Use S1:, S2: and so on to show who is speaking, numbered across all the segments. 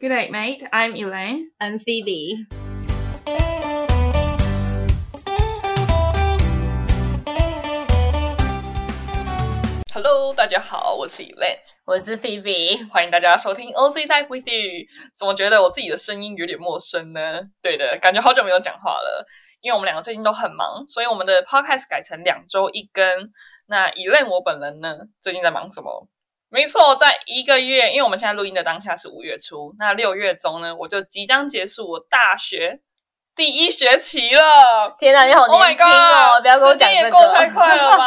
S1: Good night, mate. I'm Elaine.
S2: I'm Phoebe。
S3: Hello，大家好，我是 Elaine，
S2: 我是 Phoebe，
S3: 欢迎大家收听 OC Life with You。怎么觉得我自己的声音有点陌生呢？对的，感觉好久没有讲话了，因为我们两个最近都很忙，所以我们的 Podcast 改成两周一更。那 Elaine 我本人呢，最近在忙什么？没错，在一个月，因为我们现在录音的当下是五月初，那六月中呢，我就即将结束我大学第一学期了。
S2: 天哪，你好
S3: Oh my
S2: 年轻哦
S3: god！
S2: 不要跟我讲
S3: 时
S2: 这
S3: 间也
S2: 个，
S3: 过太快了吧？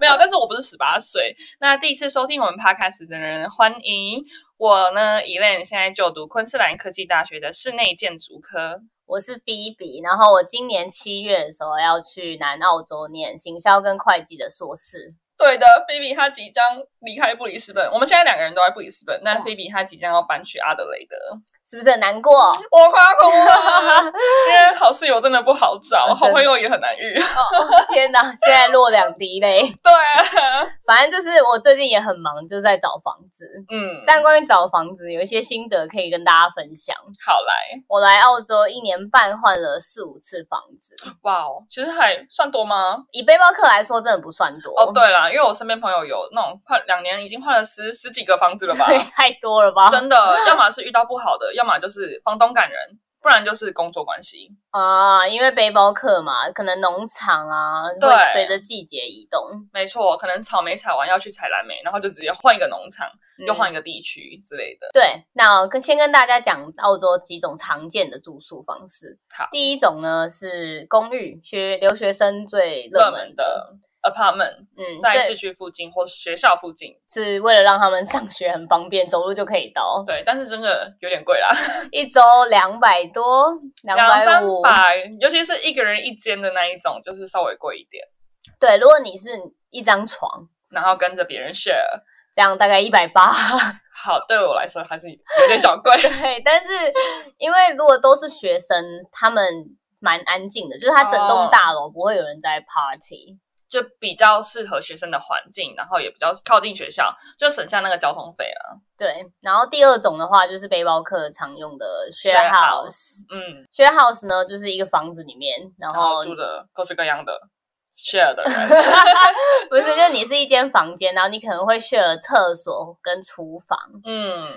S3: 没有，但是我不是十八岁。那第一次收听我们 podcast 的人，欢迎我呢，Elaine 现在就读昆士兰科技大学的室内建筑科。
S2: 我是 Phoebe，然后我今年七月的时候要去南澳洲念行销跟会计的硕士。
S3: 对的菲比她即将离开布里斯本。我们现在两个人都在布里斯本，那
S2: 哇
S3: 菲比她即将要搬去阿德雷德。
S2: 是不是很难过？哦
S3: 我夸哭了，因为好室友啊真的不好找，
S2: 真的
S3: 好朋友也很难遇。
S2: 哦 天哪，现在落两滴泪。
S3: 对啊，
S2: 反正就是我最近也很忙，就是在找房子。
S3: 嗯，
S2: 但关于找房子，有一些心得可以跟大家分享。
S3: 好来，
S2: 我来澳洲一年半，换了四五次房子，
S3: 哇哦，其实还算多吗？
S2: 以背包客来说，真的不算多。
S3: 哦，对啦，因为我身边朋友有那种换两年已经换了十十几个房子了 吧
S2: 所，以太多了 吧？
S3: 真的，要么是遇到不好的，要么就是房东赶人，不然就是工作关系。
S2: 啊，因为背包客嘛，可能农场啊
S3: 对
S2: 会随着季节移动，
S3: 没错，可能草莓采完要去采蓝莓，然后就直接换一个农场，又换一
S2: 嗯
S3: 个地区之类的。
S2: 对，那跟先跟大家讲澳洲几种常见的住宿方式。
S3: 好
S2: 第一种呢是公寓，学留学生最热
S3: 热
S2: 门
S3: 门
S2: 的，
S3: 的 apartment
S2: 嗯，
S3: 在市
S2: 这
S3: 区附近或学校附近，
S2: 是为了让他们上学很方便，走路就可以到，
S3: 对，但是真的有点贵啦，
S2: 一周两百多，两
S3: 两
S2: 百
S3: 三
S2: 五，
S3: 百，尤其是一个人一间的那一种，就是稍微贵一点，
S2: 对，如果你是一张床，
S3: 然后跟着别人 share。
S2: 这样大概一百八，
S3: 好，对我来说还是有点小贵。
S2: 对，但是因为如果都是学生，他们蛮安静的，就是他整栋
S3: 哦
S2: 大楼不会有人在 party。
S3: 就比较适合学生的环境，然后也比较靠近学校，就省下那个交通费了。
S2: 对，然后第二种的话就是背包客常用的 share
S3: Share
S2: house。
S3: 嗯，
S2: share house 呢，就是一个房子里面，然
S3: 然后
S2: 后
S3: 住的各式各样的 share 的人，
S2: 不是，就你是一间房间，然后你可能会 share 厕所跟厨房。
S3: 嗯，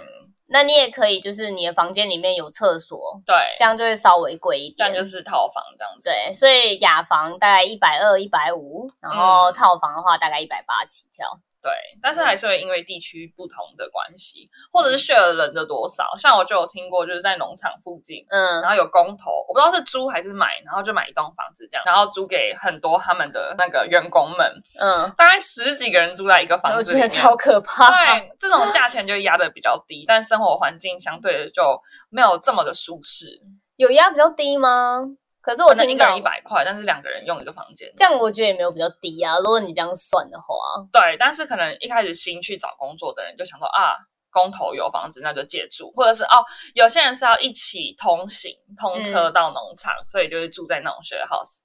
S2: 那你也可以，就是你的房间里面有厕所，
S3: 对
S2: 这，样就会稍微贵一
S3: 这
S2: 点。
S3: 样就是套房这样子。
S2: 对，所以雅房大概一百二、一百五，然后
S3: 嗯
S2: 套房的话大概一百八起跳。
S3: 对，嗯但是还是会因为地区不同的关系，或者是 share 的人的多少，像我就有听过，就是在农场附近。
S2: 嗯
S3: 然，后有公投，我不知道是租还是买，然后就买一栋房子这样，然后租给很多他们的那个员工们，
S2: 嗯，
S3: 大概十几个人住在一个房
S2: 我
S3: 子
S2: 觉
S3: 里
S2: 得
S3: 面，
S2: 超可怕。
S3: 对，这种价钱就压的比较低，但生活环境相对的就没有这么的舒适。
S2: 有压比较低吗？可是我
S3: 可能一
S2: 听
S3: 个
S2: 到
S3: 人一百块，但是两个人用一个房间。
S2: 这样我觉得也没有比较低啊。如果你这样算的话，
S3: 对，但是可能一开始新去找工作的人就想说啊，工头有房子那就借住，或者是哦，有些人是要一起通行通车
S2: 嗯
S3: 到农场，所以就会住在那种 share house。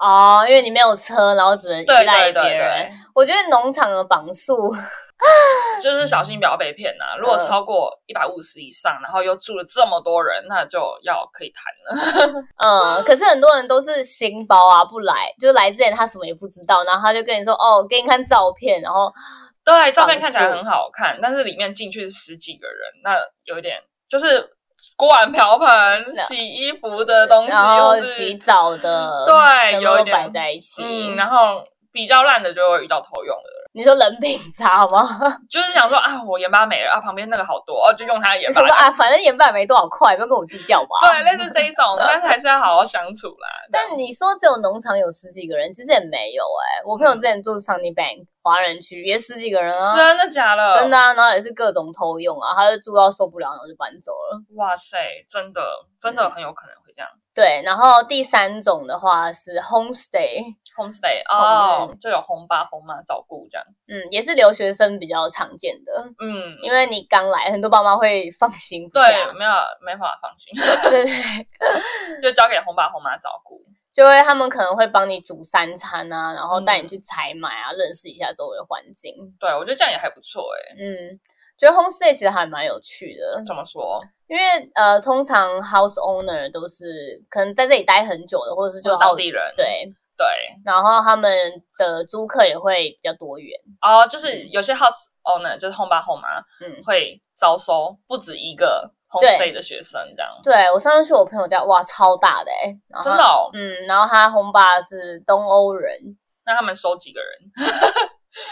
S2: 哦，因为你没有车，然后只能依
S3: 对对
S2: 赖
S3: 对
S2: 别人。
S3: 对，
S2: 我觉得农场的绑数，
S3: 就是小心不要被骗啊呐、如果
S2: 嗯
S3: 超过一百五十以上，然后又住了这么多人，那就要可以谈了。
S2: 嗯，可是很多人都是新包啊，不来，就来之前他什么也不知道，然后他就跟你说，哦，给你看照片，然后
S3: 对，照片
S2: 房
S3: 看起来
S2: 数
S3: 很好看，但是里面进去是十几个人，那有一点就是锅碗瓢盆、
S2: 那
S3: 洗衣服的东西，
S2: 然后
S3: 又是
S2: 洗澡的，
S3: 对
S2: 全部
S3: 有一
S2: 都
S3: 点
S2: 摆在一起。
S3: 嗯，然后比较烂的就会遇到头用的，
S2: 你说人品差吗？
S3: 就是想说啊，我盐巴没了啊，旁边那个好多哦，就用它的 盐
S2: 想
S3: 巴
S2: 说。啊，反正也办没多少块，不要跟我计较吧。
S3: 对，类似这一
S2: 嗯
S3: 种，但是还是要好好相处 啦。
S2: 但你说只有农场有十几个人，其实也没有哎、我朋友之前住 Sunny Bank 华人区也十几个人
S3: 但
S2: 啊，
S3: 真的假的？
S2: 真的、啊，然后也是各种偷用啊，他就住到受不了，然后就搬走了。
S3: 哇塞，真的真
S2: 嗯
S3: 的很有可能会这样。
S2: 对，然后第三种的话是 homestay，
S3: homestay 哦
S2: 嗯，
S3: 就有红爸红妈照顾这样。
S2: 嗯，也是留学生比较常见的，
S3: 嗯，
S2: 因为啊你刚来，很多爸妈会放心不
S3: 对，
S2: 下，
S3: 没有没办法放心，
S2: 对对对，
S3: 就交给红爸红妈照顾。
S2: 就会他们可能会帮你煮三餐啊，然后带你去采买啊，认识一下周围的环境。
S3: 对，我觉得这样也还不错哎、
S2: 嗯，觉得 homestay 其实还蛮有趣的，
S3: 怎么说？
S2: 因为呃，通常 house owner 都是可能在这里待很久的，或者是
S3: 就
S2: 就是
S3: 哦当地人，
S2: 哦对，
S3: 对，
S2: 然后他们的租客也会比较多元，
S3: 哦，就是有些 house owner 就是 home 爸 home 妈
S2: 嗯。
S3: 会招收不止一个 homestay 的学生这样，
S2: 对，我上次去我朋友家，哇，超大的哎、然后
S3: 真的哦。
S2: 嗯，然后他红爸是东欧人，
S3: 那他们收几个人？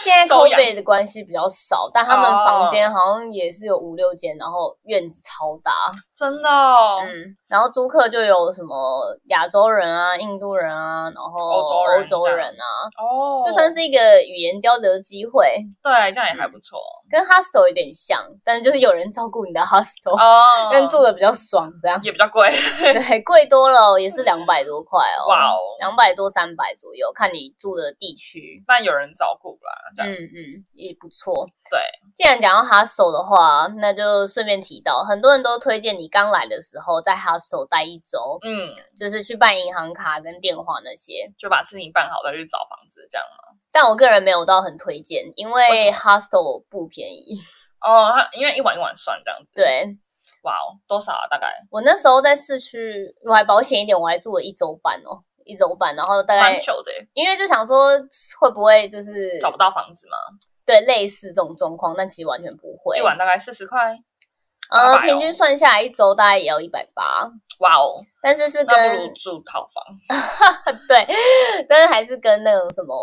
S2: 现在
S3: 收养
S2: COVID 的关系比较少，但他们
S3: 哦
S2: 房间好像也是有五六间，然后院子超大，
S3: 真的哦，
S2: 嗯，然后租客就有什么亚洲人啊、印度人啊，然后
S3: 欧洲人
S2: 欧洲人啊，
S3: 哦
S2: 就算是一个语言交流的机会，
S3: 对，这样也还不错
S2: 跟 hostel 有点像，但是就是有人照顾你的 hostel，、
S3: 哦。
S2: 但住的比较爽，这样
S3: 也比较贵，
S2: 对，贵多了哦，也是两百多块哦，
S3: 哇哦！
S2: 两百多三百左右，看你住的地区。
S3: 但有人照顾啦，这
S2: 嗯
S3: 样
S2: 嗯，也不错。
S3: 对，
S2: 既然讲到 hostel 的话，那就顺便提到，很多人都推荐你刚来的时候在 hostel 待一周，
S3: 嗯，
S2: 就是去办银行卡跟电话那些。
S3: 就把事情办好再去找房子这样嘛。
S2: 但我个人没有到很推荐，因
S3: 为什
S2: 为 hostel 不便宜。
S3: 哦，他因为一碗一碗算这样子。，
S2: 对
S3: 哇哦，多少啊？大概
S2: 我那时候在市区，我还保险一点，我还住了一周半哦，一周半，然后大
S3: 蛮
S2: 概
S3: 久的耶，欸
S2: 因为就想说会不会就是
S3: 找不到房子嘛，
S2: 对类似这种状况，但其实完全不会。
S3: 一碗大概四十块。
S2: 呃，
S3: 800哦
S2: 平均算下来一周大概也要一百八，
S3: 哇哦，
S2: 但是是
S3: 那不如
S2: 跟
S3: 住套房。
S2: 对，但是还是跟那种什么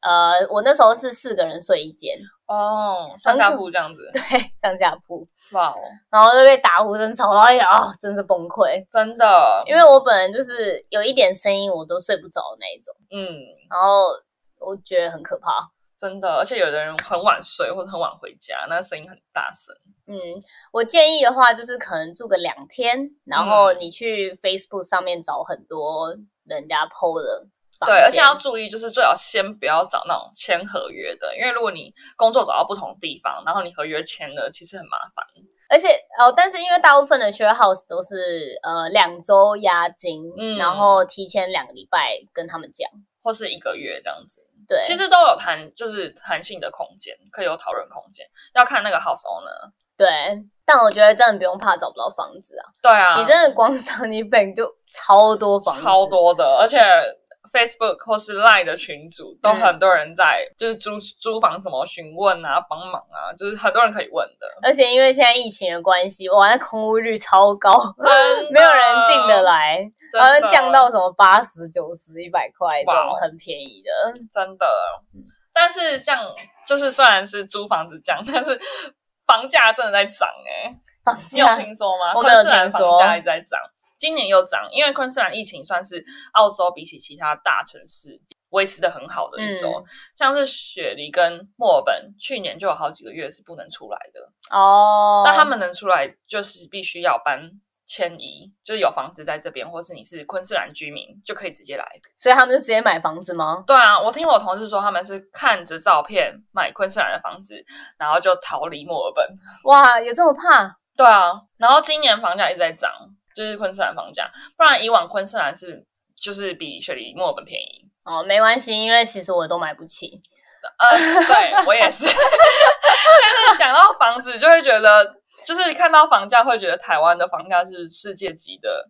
S2: 呃，我那时候是四个人睡一间，
S3: 哦，上下铺这样子。
S2: 对，上下铺，
S3: 哇哦，
S2: 然后就被打呼声吵到，哎呀，啊真是崩溃。
S3: 真的，
S2: 因为我本人就是有一点声音我都睡不着的那一种，
S3: 嗯，
S2: 然后我觉得很可怕。
S3: 真的，而且有的人很晚睡或者很晚回家，那声音很大声。
S2: 嗯，我建议的话就是可能住个两天，
S3: 嗯
S2: 然后你去 Facebook 上面找很多人家 PO 的房
S3: 对，
S2: 间，
S3: 而且要注意，就是最好先不要找那种签合约的，因为如果你工作找到不同地方，然后你合约签了，其实很麻烦。
S2: 而且哦，但是因为大部分的 share house 都是呃两周押金，
S3: 嗯
S2: 然后提前两个礼拜跟他们讲。
S3: 或是一个月这样子。
S2: 对，
S3: 其实都有弹，就是弹性的空间，可以有讨论空间，要看那个 house owner。
S2: 对，但我觉得真的不用怕找不到房子啊，
S3: 对啊，
S2: 你真的光上你本就超多房子，
S3: 超。多的，而且 Facebook 或是 Line 的群组都
S2: 嗯
S3: 很多人在，就是租租房什么询问啊、帮忙啊，就是很多人可以问的。
S2: 而且因为现在疫情的关系，哇，那空屋率超高，
S3: 真的
S2: 没有人进得，来，
S3: 真
S2: 好
S3: 的
S2: 像降到什么八十、九十、一百块这
S3: 哇
S2: 种
S3: 哦
S2: 很便宜的。
S3: 真的。
S2: 嗯
S3: 但是像就是虽然是租房子降，但是房价真的在涨哎、
S2: 房
S3: 你有
S2: 价
S3: 听说吗？
S2: 我没
S3: 昆
S2: 有
S3: 士兰
S2: 听
S3: 房价
S2: 说
S3: 一直在涨，今年又涨，因为昆士兰疫情算是澳洲比起其他大城市维持的很好的一周，
S2: 嗯
S3: 像是雪梨跟墨尔本，去年就有好几个月是不能出来的，
S2: 哦，
S3: 那、他们能出来就是必须要搬。迁移就是有房子在这边，或是你是昆士兰居民，就可以直接来。
S2: 所以他们就直接买房子吗？
S3: 对啊，我听我同事说，他们是看着照片买昆士兰的房子，然后就逃离墨尔本。
S2: 哇，有这么怕？
S3: 对啊，然后今年房价一直在涨，就是昆士兰房价，不然以往昆士兰是就是比雪梨、墨尔本便 宜。
S2: 哦，没关系，因为其实我都买不起。
S3: 呃，对我也是， 但是讲到房子，就会觉得就是看到房价，会觉得台湾的房价是世界级的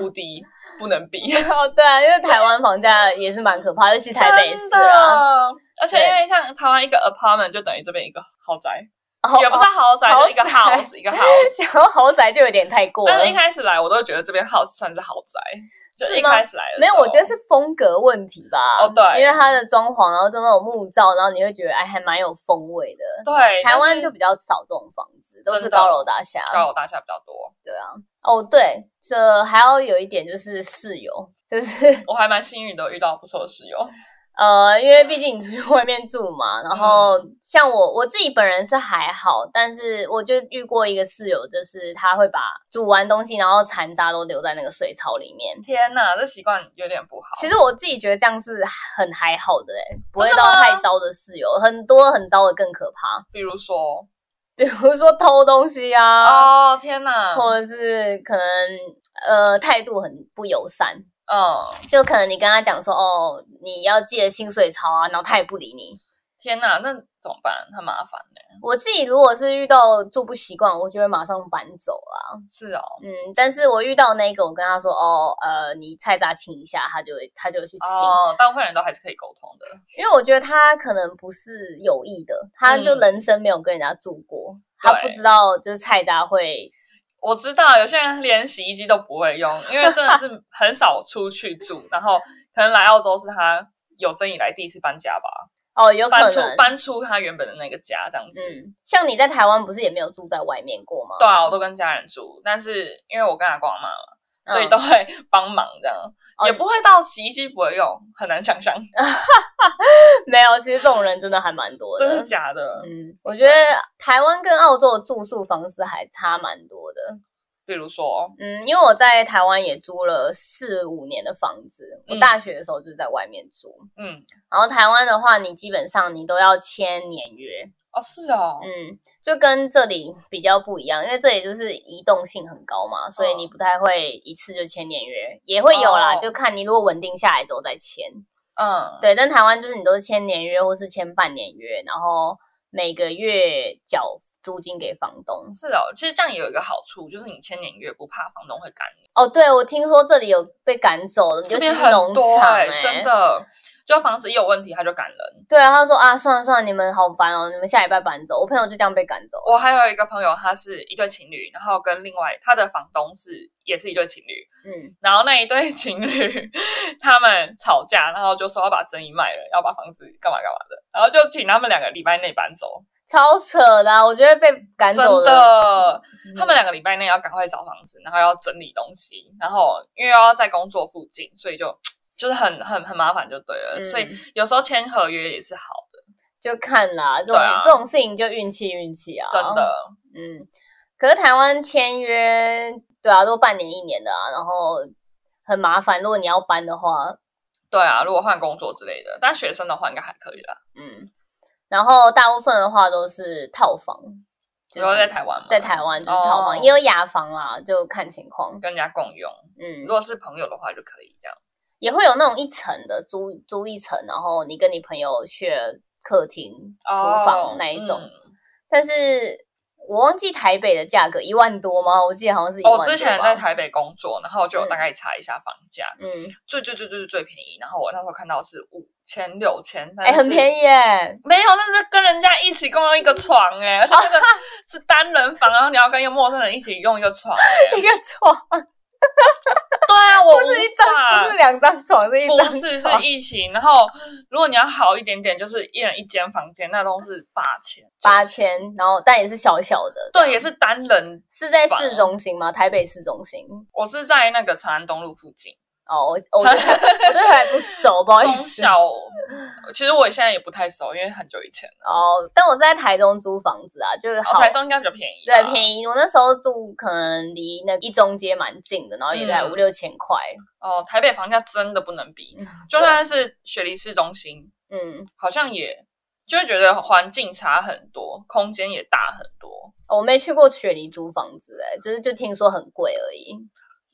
S3: 无敌，不能比。
S2: 哦，对啊，因为台湾房价也是蛮可怕，尤其 台北
S3: 真
S2: 市
S3: 的
S2: 啊，，
S3: 而且因为像台湾一个 apartment 就等于这边一个豪宅，
S2: 哦
S3: 也不是
S2: 哦
S3: 豪宅，
S2: 豪
S3: 就是一个
S2: 宅
S3: house 一个 house。
S2: 想要豪宅就有点太过了
S3: 但。是一开始来，我都觉得这边 house 算是豪宅，就是一
S2: 吗
S3: 开始来的
S2: 没有，
S3: 时候
S2: 我觉得是风格问题吧。
S3: 哦对
S2: 因为它的装潢，然后就那种木造，然后你会觉得哎，还蛮有风味的。
S3: 对，
S2: 台湾
S3: 但是
S2: 就比较少这种房子，都
S3: 真
S2: 是
S3: 的
S2: 高楼大厦。
S3: 高楼大厦比较多。
S2: 对啊。哦，对，这还要有一点就是室友，就是
S3: 我还蛮幸运的，遇到不错的室友。
S2: 呃，因为毕竟你出去外面住嘛，然后
S3: 嗯
S2: 像我我自己本人是还好，但是我就遇过一个室友，就是他会把煮完东西，然后残渣都留在那个水槽里面。
S3: 天哪，这习惯有点不好。
S2: 其实我自己觉得这样是很还好的、欸，不会
S3: 真的
S2: 到
S3: 吗
S2: 太糟的室友，很多很糟的更可怕，
S3: 比如说，
S2: 比如说偷东西啊，
S3: 哦，天哪，
S2: 或者是可能呃态度很不友善，
S3: 嗯，
S2: 就可能你跟他讲说哦你要记得清水槽啊，然后他也不理你，
S3: 天哪，那怎么办？很麻烦呢、
S2: 我自己如果是遇到住不习惯，我就会马上搬走啊。
S3: 是哦，
S2: 嗯，但是我遇到那个，我跟他说哦，呃，你菜渣清一下，他就会他就会去清，
S3: 哦，大部分人都还是可以沟通的。
S2: 因为我觉得他可能不是有意的，他就
S3: 嗯
S2: 人生没有跟人家住过，他不
S3: 对
S2: 知道就是菜渣会，
S3: 我知道有些人连洗衣机都不会用，因为真的 是很少出去住，然后可能来澳洲是他有生以来第一次搬家吧，
S2: 哦，有可
S3: 搬出
S2: 能。
S3: 搬出他原本的那个家这样子。
S2: 嗯，像你在台湾不是也没有住在外面过吗？
S3: 对啊，我都跟家人住，但是因为我跟阿公阿妈嘛，
S2: 嗯，
S3: 所以都会帮忙这样，
S2: 哦嗯
S3: 也不会到洗衣机不会用，很难想象，
S2: 没有。其实这种人真的还蛮多的，
S3: 真的假的？
S2: 嗯，我觉得台湾跟澳洲的住宿方式还差蛮多的。
S3: 比如说，
S2: 嗯，因为我在台湾也租了四五年的房子，我
S3: 嗯
S2: 大学的时候就在外面租。
S3: 嗯，
S2: 然后台湾的话，你基本上你都要签年约，
S3: 哦，是哦，
S2: 嗯，就跟这里比较不一样，因为这里就是移动性很高嘛，所以你不太会一次就签年约，也会有啦，
S3: 嗯哦
S2: 就看你如果稳定下来之后再签。
S3: 嗯，
S2: 对，但台湾就是你都是签年约或是签半年约，然后每个月缴租金给房东。
S3: 是哦，其实这样也有一个好处，就是你签年约不怕房东会赶你，
S2: 哦，对，我听说这里有被赶走的，尤
S3: 这
S2: 其
S3: 边
S2: 是
S3: 很
S2: 农
S3: 多
S2: 场、
S3: 哎、
S2: 欸，
S3: 真。的，就房子一有问题他就赶人。
S2: 对啊，他说啊，算了算了，你们好烦哦，你们下礼拜搬走。我朋友就这样被赶走。
S3: 我还有一个朋友，他是一对情侣，然后跟另外他的房东是也是一对情侣，
S2: 嗯，
S3: 然后那一对情侣他们吵架，然后就说要把生意卖了，要把房子干嘛干嘛的，然后就请他们两个礼拜内搬走，
S2: 超扯的啊、我觉得被赶
S3: 真
S2: 走了。
S3: 的，
S2: 嗯
S3: 他们两个礼拜内要赶快找房子，然后要整理东西，然后因为要在工作附近，所以就就是很很很麻烦就对了。所以
S2: 嗯
S3: 有时候签合约也是好的，
S2: 就看啦，这种、
S3: 对啊
S2: 这种事情就运气运气啊，
S3: 真。的。
S2: 嗯，可是台湾签约，对啊，都半年一年的啊，然后很麻烦。如果你要搬的话，
S3: 对啊，如果换工作之类的，但学生的话应该还可以啦。
S2: 嗯，然后大部分的话都是套房，
S3: 比
S2: 就
S3: 如说
S2: 是
S3: 在台湾嘛，
S2: 在台湾就是套房，
S3: 哦
S2: 也有雅房啦，就看情况。
S3: 跟人家共用，
S2: 嗯
S3: 如，果是朋友的话就可以这样。
S2: 也会有那种一层的租租一层，然后你跟你朋友 share 客厅、厨
S3: 哦
S2: 房那一种。
S3: 嗯
S2: 但是我忘记台北的价格一万多吗？我记得好像是一万
S3: 我、
S2: 多吧。
S3: 哦之前在台北工作，然后就有
S2: 嗯
S3: 大概查一下房价，
S2: 嗯，
S3: 最最最最最便宜。然后我那时候看到是五千六千，
S2: 哎、很
S3: 宜。
S2: 便宜耶！
S3: 没有，那是跟人家一起共用一个床哎、而且那
S2: 哦
S3: 个是单人房，然后你要跟一个陌生人一起用一个床、 欸。
S2: 一个床
S3: 对啊，我无
S2: 不是一张，
S3: 法
S2: 不是，两张床，是一
S3: 不
S2: 张
S3: 是
S2: 床
S3: 是一起。然后如果你要好一点点，就是一人一间房间，那都是八千。
S2: 八千，然后但也是小小的。
S3: 对，也是单人。
S2: 是在
S3: 吧
S2: 市中心吗？台北市中心。
S3: 我是在那个长安东路附近，
S2: 哦，我我我 对台北不熟，不好意
S3: 从
S2: 思。
S3: 小其实我现在也不太熟，因为很久以前了。
S2: 哦，但我是在台中租房子啊，就是
S3: 哦
S2: 好
S3: 台中应啊该比较便宜吧，
S2: 对，便宜。我那时候住可能离那一中街蛮近的，然后也在
S3: 嗯
S2: 五六千块。
S3: 哦，台北房价真的不能比，
S2: 嗯
S3: 就算是雪梨市中心，
S2: 嗯，
S3: 好像也就会觉得环境差很多，空间也大很多。
S2: 哦我没去过雪梨租房子、欸，哎，就是就听说很贵而已。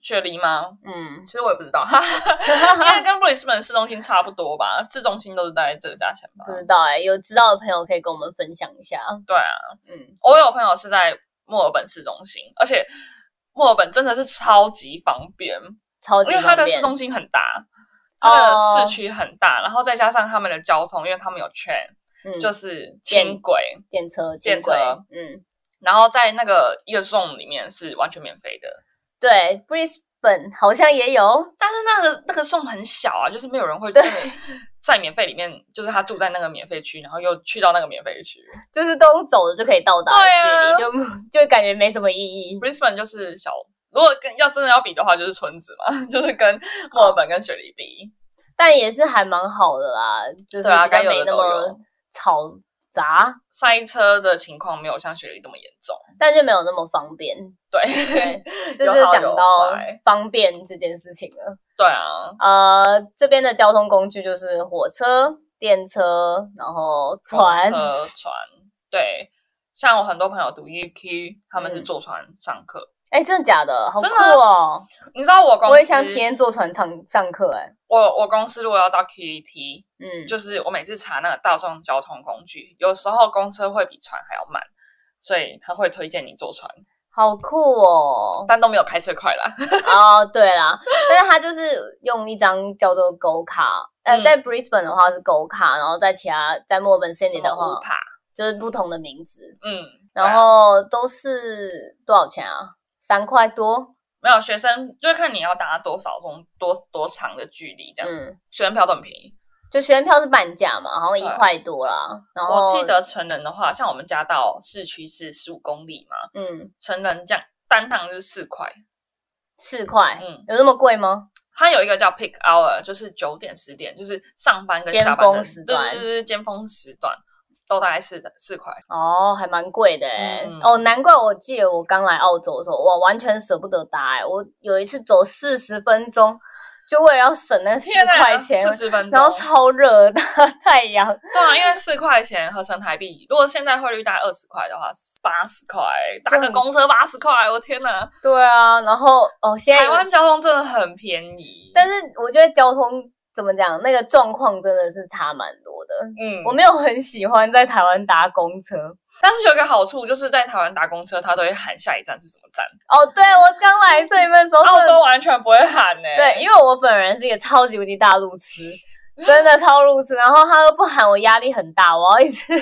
S3: 雪梨吗？
S2: 嗯，
S3: 其实我也不知道， 哈哈哈，应该跟布里斯本市中心差不多吧，市中心都是大概这个价钱吧
S2: 不。知道哎、有知道的朋友可以跟我们分享一下。
S3: 对啊，
S2: 嗯，
S3: 我有朋友是在墨尔本市中心，而且墨尔本真的是超级方便，
S2: 超级
S3: 因为它
S2: 方
S3: 的
S2: 便
S3: 市中心很大，
S2: 哦
S3: 它的市区很大，然后再加上他们的交通，因为他们有 train，、
S2: 嗯
S3: 就是
S2: 电
S3: 轻轨，
S2: 电车、
S3: 电
S2: 轻轨
S3: 车
S2: 嗯，
S3: 然后在那个 e z o n 里面是完全免费的。
S2: 对，Brisbane 好像也有。
S3: 但是那个那个送很小啊，就是没有人会真的在免费里面，就是他住在那个免费区，然后又去到那个免费区。
S2: 就是都用走的就可以到达的
S3: 啊
S2: 距离，就就感觉没什么意义。
S3: Brisbane 就是小，如果跟要真的要比的话，就是村子嘛， 就是跟墨尔本跟雪梨比。
S2: 但也是还蛮好的啦，就是
S3: 对啊
S2: 比较
S3: 该有
S2: 没
S3: 的
S2: 那
S3: 都
S2: 么
S3: 有
S2: 嘈杂，
S3: 塞车的情况没有像雪梨这么严重，
S2: 但就没有那么方 便。
S3: 对
S2: 对，就
S3: 有
S2: 是
S3: 好
S2: 讲
S3: 有
S2: 到
S3: 坏
S2: 方便这件事情了。
S3: 对啊，
S2: 呃，这边的交通工具就是火车、电车，然后船。
S3: 公车船对，像我很多朋友读 UQ，他们是
S2: 嗯
S3: 坐船上课，
S2: 哎、哎、真的假的？好酷
S3: 真的啊
S2: 哦！
S3: 你知道我公司，
S2: 我也想体验坐船上上课哎、
S3: 我我公司如果要到 KET，
S2: 嗯，
S3: 就是我每次查那个大众交通工具，有时候公车会比船还要慢，所以他会推荐你坐船，！
S2: 好酷哦
S3: 但都没有开车快啦。
S2: 哦，对啦，但是他就是用一张叫做 Go 卡，呃，
S3: 嗯
S2: 在 Brisbane 的话是 Go 卡，然后在其他在墨尔本 Sydney 的
S3: 什么
S2: 话
S3: 乌帕，
S2: 就是不同的名字，
S3: 嗯，对啊
S2: 然后都是多少钱啊？三块多，
S3: 没有学生，就是看你要搭多少公多多长的距离这样。
S2: 嗯，
S3: 学生票都很便宜，
S2: 就学生票是半价嘛，好像
S3: 对
S2: 一块多啦。然
S3: 我
S2: 后
S3: 记，得成人的话，像我们家到市区是十五公里嘛，
S2: 嗯，
S3: 成人这样单趟是四块。
S2: 四块，
S3: 嗯
S2: 有那么贵吗？
S3: 它有一个叫 peak hour，就是九点十点，就是上班跟
S2: 尖
S3: 下班的
S2: 峰时段
S3: 对对对，尖峰时段都大概四的四块。
S2: 哦，还蛮贵的哎、
S3: 嗯
S2: 哦，难怪我记得我刚来澳洲的时候，我完全舍不得搭哎、我有一次走四十分钟，就为了要省那四块钱，
S3: 啊四十分钟
S2: 然，后超热的 太阳，
S3: 对啊，因为四块钱合成台币，如果现在汇率大概二十块的话，八十块打个
S2: 很
S3: 公车八十块，我天哪！
S2: 对啊，然后哦，现在
S3: 台湾交通真的很便宜，
S2: 但是我觉得交通怎么讲，那个状况真的是差蛮多的。
S3: 嗯，
S2: 我没有很喜欢在台湾搭公车
S3: 但是有一个好处就是在台湾打公车，他都会喊下一站是什么站，
S2: 哦，对我刚来这边的时候，
S3: 澳洲完全不会喊欸呢、
S2: 对，因为我本人是一个超级无敌大路痴，真的超路痴。然后他又不喊，我压力很大，我要一直 用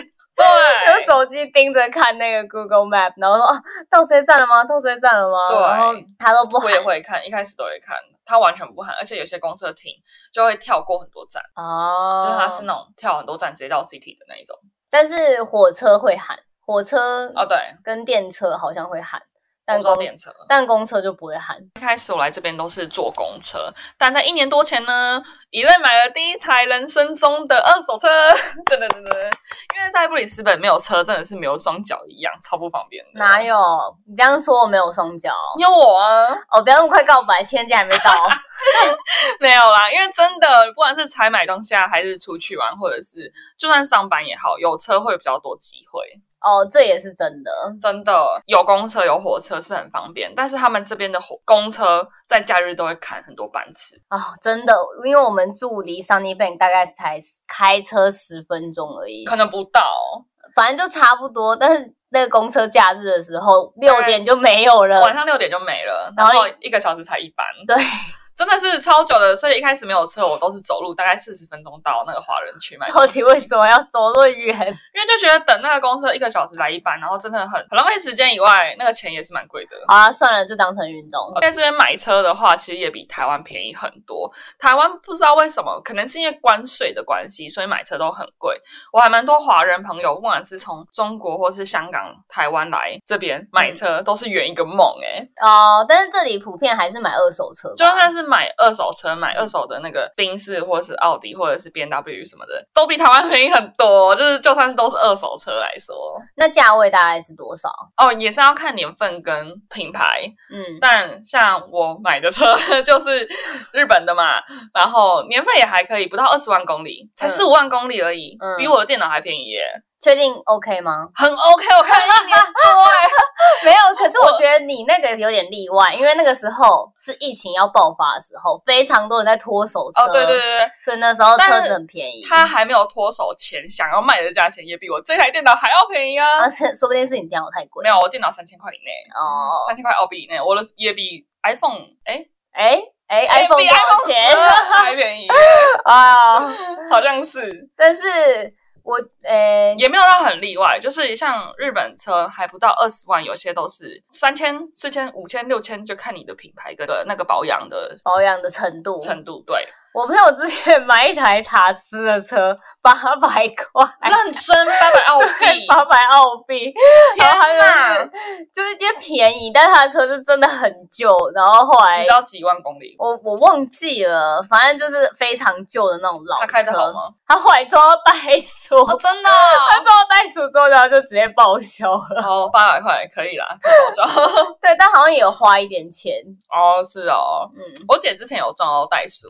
S3: 对，
S2: 手机盯着看那个 Google Map，然后说、啊、到车站了吗？到车站了吗？
S3: 对
S2: 然后他都不
S3: 我
S2: 喊
S3: 也会看，一开始都会看，他完全不喊，而且有些公车停就会跳过很多站，
S2: 哦，
S3: 就是他是那种跳很多站直接到 city 的那一种。
S2: 但是火车会喊，火车
S3: 哦，对，
S2: 跟电车好像会喊，
S3: 我
S2: 但
S3: 坐
S2: 公
S3: 电车。
S2: 但公车就不会喊。
S3: 一开始我来这边都是坐公车，但在一年多前呢，以任买了第一台人生中的二手车， 噔噔噔噔，因为在布里斯本没有车真的是没有双脚一样，超不方便的。
S2: 哪？有？你这样说我没有双脚
S3: 你有我啊？
S2: 哦！不要那么快告白，现在还没到。哦
S3: 没有啦，因为真的，不管是采买东西啊，还是出去玩，或者是就算上班也好，有车会比较多机会。
S2: 哦，这也是真的。
S3: 真的有公车有火车是很方便，但是他们这边的火公车在假日都会砍很多班次。
S2: 啊、真的，因为我们住离 Sunny Bank 大概才开车十分钟而已，
S3: 可能不到，
S2: 反正就差不多。但是那个公车假日的时候，六
S3: 对
S2: 点就没有了。
S3: 晚上六点就没了，然
S2: 然后
S3: 后一个小时才一班，
S2: 对，
S3: 真的是超久的。所以一开始没有车，我都是走路，大概四十分钟到那个华人区买
S2: 到
S3: 东西。
S2: 底为什么要走那么远？
S3: 因为就觉得等那个公车一个小时来一班，然后真的很很浪费时间，以外那个钱也是蛮贵的。
S2: 好啦，算了，就当成运动。
S3: 在这边买车的话，其实也比台湾便宜很多。台湾不知道为什么，可能是因为关税的关系，所以买车都很贵。我还蛮多华人朋友，不管是从中国或是香港、台湾来这边买
S2: 嗯
S3: 车，都是圆一个梦欸诶、
S2: 哦，但是这里普遍还是买二手车吧，
S3: 就算是买二手车，买二手的那个宾士或是奥迪或者是 B N W 什么的，都比台湾便宜很多。就是就算是都是二手车来说，
S2: 那价位大概是多少？
S3: 哦，也是要看年份跟品牌。
S2: 嗯，
S3: 但像我买的车 就是日本的嘛，然后年费也还可以，不到二十万公里，才
S2: 嗯
S3: 四五万公里而已，
S2: 嗯
S3: 比我的电脑还便宜耶，
S2: 确定 OK 吗？
S3: 很 OK。我看了一年多哎，
S2: 没有，可是
S3: 我
S2: 我觉得你那个有点例外，因为那个时候是疫情要爆发的时候，非常多人在拖手车。
S3: 哦，对对对对，
S2: 所以那时候
S3: 但
S2: 车
S3: 是
S2: 子很便宜。
S3: 他还没有脱手前想要卖的价钱也比我这台电脑还要便宜啊
S2: 而。且说不定是你电脑太贵。
S3: 没有，我电脑三千块以内，
S2: 哦，
S3: 三千块澳币以内，我的也比 iPhone 哎
S2: 哎哎
S3: 哎
S2: ，iPhone
S3: 比
S2: 多少
S3: iPhone
S2: 钱
S3: 12还便宜耶，
S2: 啊？
S3: 好像是
S2: 但是我哎诶，
S3: 也没有到很例外，就是像日本车还不到二十万，有些都是三千、四千、五千、六千，就看你的品牌跟那个保养的
S2: 保养的程度，
S3: 程度。对，
S2: 我朋友之前买一台塔斯的车，八百块。
S3: 认真八百 澳币，
S2: 八百澳币，然后
S3: 天
S2: 他
S3: 哪
S2: 就！是就是因为便宜，但他的车是真的很旧，然后后来
S3: 你知道几万公里？
S2: 我我忘记了，反正就是非常旧的那种老车。
S3: 他开的好？吗？
S2: 他后来撞到袋鼠，
S3: 哦，真的
S2: 他撞到袋鼠之后，然后就直接报销 了。
S3: 哦，八百块可以啦，可以报销。
S2: 对，但好像也有花一点钱。
S3: 哦，是哦，
S2: 嗯，
S3: 我姐之前有撞到袋鼠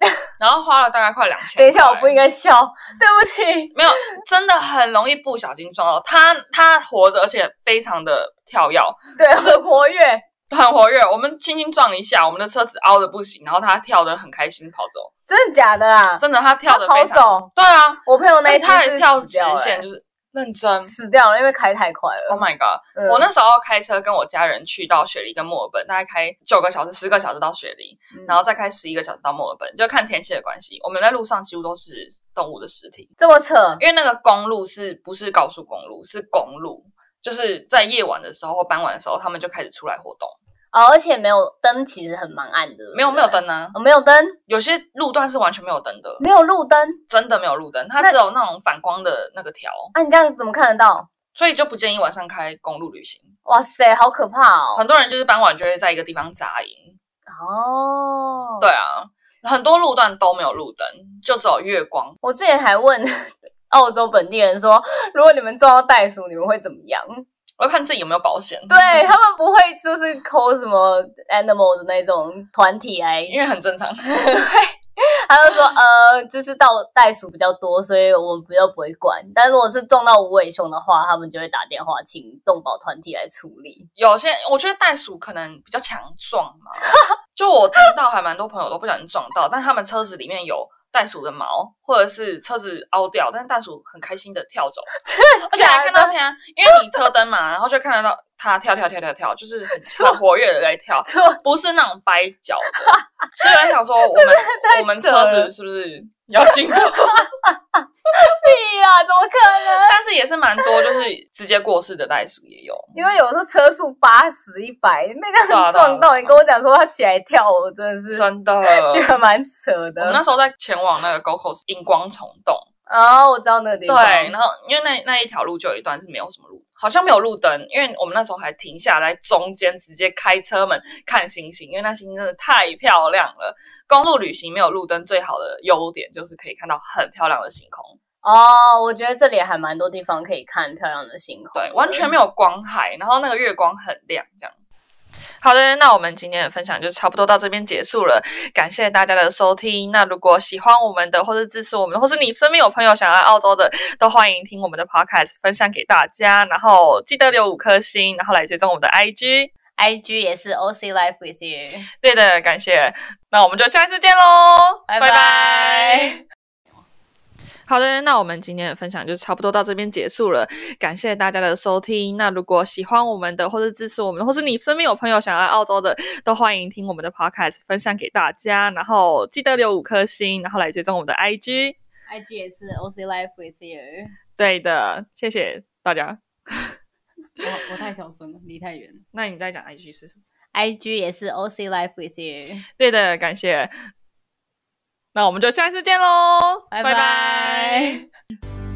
S3: 哎、然后花了大概快两千。
S2: 等一下，我不应该笑， 对不起。
S3: 没有，真的很容易不小心撞到它。它活着，而且非常的跳跃，
S2: 对，很活跃。
S3: 很活跃。我们轻轻撞一下，我们的车子凹的不行，然后他跳的很开心跑走。
S2: 真的假的啦？
S3: 真的，他跳
S2: 他
S3: 的
S2: 跑
S3: 非常。
S2: 走，
S3: 对啊，
S2: 我朋友那
S3: 那
S2: 一
S3: 他
S2: 天
S3: 也
S2: 是
S3: 跳
S2: 死
S3: 直
S2: 掉了
S3: 线，
S2: 欸
S3: 就是认真。
S2: 死掉了，因为开太快了。
S3: Oh my god！、
S2: 嗯
S3: 我那时候开车跟我家人去到雪梨跟墨尔本，大概开九个小时、十个小时到雪梨，
S2: 嗯
S3: 然后再开十一个小时到墨尔本，就看天气的关系。我们在路上几乎都是动物的尸体，
S2: 这么扯，哦
S3: 因为那个公路是不是高速公路？是公路，就是在夜晚的时候或傍晚的时候，他们就开始出来活动。
S2: 哦，而且没有灯，其实很蛮暗的。
S3: 没有没
S2: 对
S3: 有
S2: 不对，
S3: 灯啊，
S2: 哦没有灯，
S3: 有些路段是完全没有灯的，
S2: 没有路灯，
S3: 真的没有路灯，它
S2: 那
S3: 只有那种反光的那个条，
S2: 啊，你这样怎么看得到？
S3: 所以就不建议晚上开公路旅行。
S2: 哇塞，好可怕哦！
S3: 很多人就是傍晚就会在一个地方扎营，
S2: 哦，
S3: 对啊，很多路段都没有路灯，就只有月光。
S2: 我之前还问 澳洲本地人说，如果你们撞到袋鼠，你们会怎么样？
S3: 我要看自己有没有保险，
S2: 对，他们不会就是抠什么 animal 的那种团体来，
S3: 因为很正常。
S2: 他就说呃，就是到袋鼠比较多，所以我们比较不会管。但如果是撞到无尾熊的话，他们就会打电话请动保团体来处理。
S3: 有些我觉得袋鼠可能比较强壮嘛， 就我听到还蛮多朋友都不小心撞到，但他们车子里面有袋鼠的毛，或者是车子凹掉，但是袋鼠很开心的跳走，而且还看到
S2: 假的
S3: 它，因为你车灯嘛，然后就看得到它跳跳跳跳跳，就是很 很活跃的在跳，
S2: 就
S3: 不是那种掰脚的，所以我在想说我 们我们
S2: 扯
S3: 车
S2: 了
S3: 子是不是要进步？
S2: 屁呀、怎么可能？
S3: 但是也是蛮多，就是直接过世的袋鼠也有，
S2: 因为有时候车速八十、一百，那
S3: 对啊
S2: 个撞
S3: 对
S2: 到
S3: 啊
S2: 你跟我讲说他起来跳，我 真的是
S3: 真的。
S2: 觉得蛮扯
S3: 我们那
S2: 的。
S3: 时候在前往那个 g o c o 荧光虫洞，
S2: 哦，我知道那个地
S3: 对，
S2: 方。
S3: 然后因为那那一条路就有一段是没有什么路，好像没有路灯，因为我们那时候还停下来中间直接开车门看星星，因为那星星真的太漂亮了。公路旅行没有路灯最好的优点就是可以看到很漂亮的星空，
S2: 哦，我觉得这里还蛮多地方可以看漂亮的星空。
S3: 对，完全没有光害，然后那个月光很亮，这样。好的，那我们今天的分享就差不多到这边结束了，感谢大家的收听。那如果喜欢我们的，或是支持我们的，或是你身边有朋友想来澳洲的，都欢迎听我们的 podcast 分享给大家。然后记得留五颗星，然后来追踪我们的 IG。
S2: IG 也是 OC Life with you。
S3: 对的，感谢。那我们就下次见喽，
S2: 拜
S3: 拜
S2: 拜
S3: 好的，那我们今天的分享就差不多到这边结束了，感谢大家的收听。那如果喜欢我们的，或是支持我们的，或是你身边有朋友想来澳洲的，都欢迎听我们的 podcast 分享给大家。然后记得留五颗星，然后来追踪我们的 IG。
S2: IG 也是 OC Life with you。
S3: 对的，谢谢大家。
S2: 我我太小声了，离太远。
S3: 那你再讲 IG 是什么？
S2: IG 也是 OC Life with you。
S3: 对的，感谢。那我们就下次见喽，
S2: 拜
S3: 拜
S2: 拜
S3: 拜